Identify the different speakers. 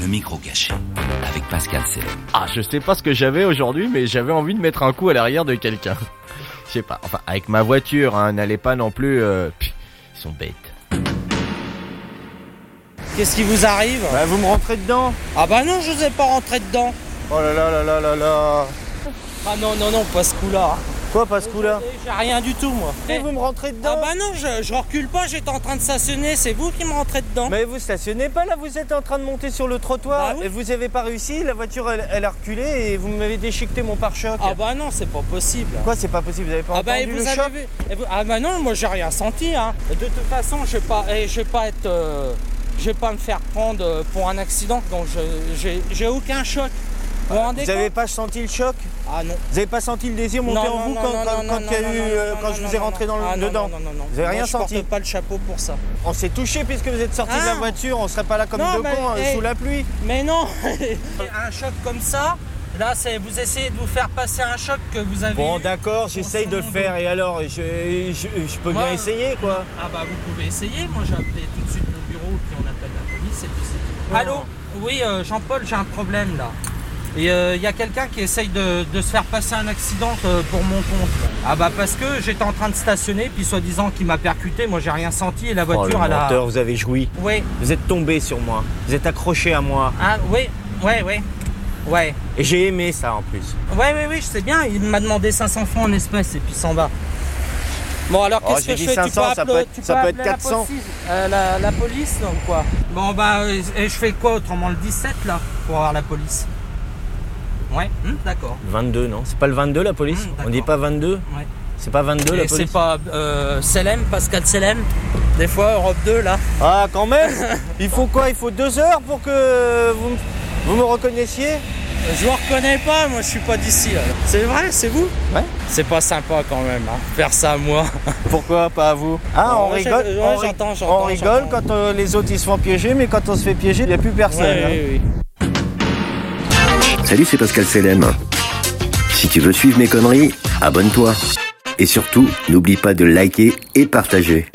Speaker 1: Le micro caché avec Pascal Célé.
Speaker 2: Ah, je sais pas ce que j'avais aujourd'hui, mais j'avais envie de mettre un coup à l'arrière de quelqu'un. Je sais pas. Enfin, avec ma voiture, hein, n'allez pas non plus. euh, pff, ils sont bêtes.
Speaker 3: Qu'est-ce qui vous arrive
Speaker 4: Bah vous me rentrez dedans
Speaker 3: Ah bah non, je vous ai pas rentré dedans.
Speaker 4: Oh là là là là là là
Speaker 3: Ah non, non, non, pas ce coup-là.
Speaker 4: Quoi pas ce coup là
Speaker 3: J'ai rien du tout, moi.
Speaker 4: Mais vous me rentrez
Speaker 3: Ah
Speaker 4: dedans
Speaker 3: bah non, je, je recule pas, j'étais en train de stationner, c'est vous qui me rentrez dedans.
Speaker 4: Mais vous stationnez pas là, vous êtes en train de monter sur le trottoir
Speaker 3: Bah oui.
Speaker 4: et vous avez pas réussi, la voiture elle, elle a reculé et vous m'avez déchiqueté mon pare-choc.
Speaker 3: Ah bah non, c'est pas possible.
Speaker 4: Quoi c'est pas possible, vous avez pas
Speaker 3: Ah
Speaker 4: entendu
Speaker 3: bah et vous
Speaker 4: le
Speaker 3: avez
Speaker 4: choc
Speaker 3: vu et vous- Ah bah non, moi j'ai rien senti. Hein. De toute façon, je vais pas, eh, je vais pas être, euh, je vais pas me faire prendre euh, pour un accident, donc je- j'ai j'ai aucun choc. Vous vous rendez
Speaker 4: Vous avez pas senti le choc
Speaker 3: compte Ah non.
Speaker 4: Vous avez pas senti le désir monter
Speaker 3: Non,
Speaker 4: en
Speaker 3: non,
Speaker 4: vous
Speaker 3: non,
Speaker 4: quand,
Speaker 3: non,
Speaker 4: quand-
Speaker 3: non,
Speaker 4: quand
Speaker 3: non,
Speaker 4: il y a
Speaker 3: non,
Speaker 4: eu,
Speaker 3: non,
Speaker 4: euh,
Speaker 3: non,
Speaker 4: quand je
Speaker 3: non,
Speaker 4: vous ai
Speaker 3: non, Ah,
Speaker 4: rentré dans le-
Speaker 3: non, non,
Speaker 4: dedans
Speaker 3: non, non, non, non.
Speaker 4: Vous avez
Speaker 3: Moi,
Speaker 4: rien
Speaker 3: Je
Speaker 4: senti
Speaker 3: porte pas le chapeau pour ça.
Speaker 4: On s'est touché puisque vous êtes sorti de
Speaker 3: Ah.
Speaker 4: la voiture, on serait pas là comme
Speaker 3: Non,
Speaker 4: deux
Speaker 3: mais,
Speaker 4: cons euh,
Speaker 3: hey.
Speaker 4: sous la pluie.
Speaker 3: Mais non Un choc comme ça, là, c'est vous essayez de vous faire passer un choc que vous avez
Speaker 4: Bon
Speaker 3: eu.
Speaker 4: d'accord, j'essaye de le faire et alors je, je- je peux bien
Speaker 3: Moi,
Speaker 4: essayer quoi.
Speaker 3: Ah bah vous pouvez essayer, moi j'ai appelé tout de suite mon bureau, puis on appelle la police et puis c'est tout. Allô Oui, euh, Jean-Paul, j'ai un problème là. Et euh, il y a quelqu'un qui essaye de, de se faire passer un accident euh, pour mon compte. Ah bah parce que j'étais en train de stationner, puis soi-disant qu'il m'a percuté, moi j'ai rien senti et la
Speaker 4: Oh, le
Speaker 3: voiture elle a...
Speaker 4: menteur, vous avez joui.
Speaker 3: Oui,
Speaker 4: Vous êtes tombé sur moi. Vous êtes accroché à moi.
Speaker 3: ah oui, ouais, ouais. Ouais.
Speaker 4: Et j'ai aimé ça en plus.
Speaker 3: Ouais, ouais, ouais, je sais bien, il m'a demandé 500 francs en espèces et puis s'en va. Bon, alors
Speaker 4: Oh,
Speaker 3: qu'est-ce que
Speaker 4: j'ai
Speaker 3: je
Speaker 4: dit
Speaker 3: fais
Speaker 4: 500,
Speaker 3: tu peux
Speaker 4: ça peut
Speaker 3: appeler-
Speaker 4: être-
Speaker 3: tu
Speaker 4: ça
Speaker 3: peux
Speaker 4: peut être
Speaker 3: appeler
Speaker 4: 400.
Speaker 3: La police, euh, la, la police, donc quoi Bon, bah, euh, et je fais quoi autrement le 17 là pour avoir la police Ouais, hum, d'accord.
Speaker 4: 22, non C'est pas le 22 la police
Speaker 3: Mmh, d'accord.
Speaker 4: On dit pas 22
Speaker 3: Ouais.
Speaker 4: C'est pas 22 la
Speaker 3: Et c'est
Speaker 4: police
Speaker 3: pas euh, Selem, Pascal Selem Des fois, Europe 2 là
Speaker 4: Ah, quand même Il faut quoi Il faut deux heures pour que vous, me- vous me reconnaissiez
Speaker 3: Je vous reconnais pas, moi je suis pas d'ici. là. C'est vrai, c'est vous
Speaker 4: Ouais.
Speaker 3: C'est pas sympa quand même, hein, faire ça à moi.
Speaker 4: Pourquoi pas à vous Ah,
Speaker 3: Bon,
Speaker 4: on
Speaker 3: ouais,
Speaker 4: rigole,
Speaker 3: j'ai- ouais,
Speaker 4: on, ri-
Speaker 3: j'entends,
Speaker 4: on
Speaker 3: j'entends,
Speaker 4: rigole
Speaker 3: j'entends.
Speaker 4: quand euh, les autres ils se font piéger, mais quand on se fait piéger, il n'y a plus personne. hein.
Speaker 3: oui, oui.
Speaker 1: Salut, c'est Pascal Selem. Si tu veux suivre mes conneries, abonne-toi. Et surtout, n'oublie pas de liker et partager.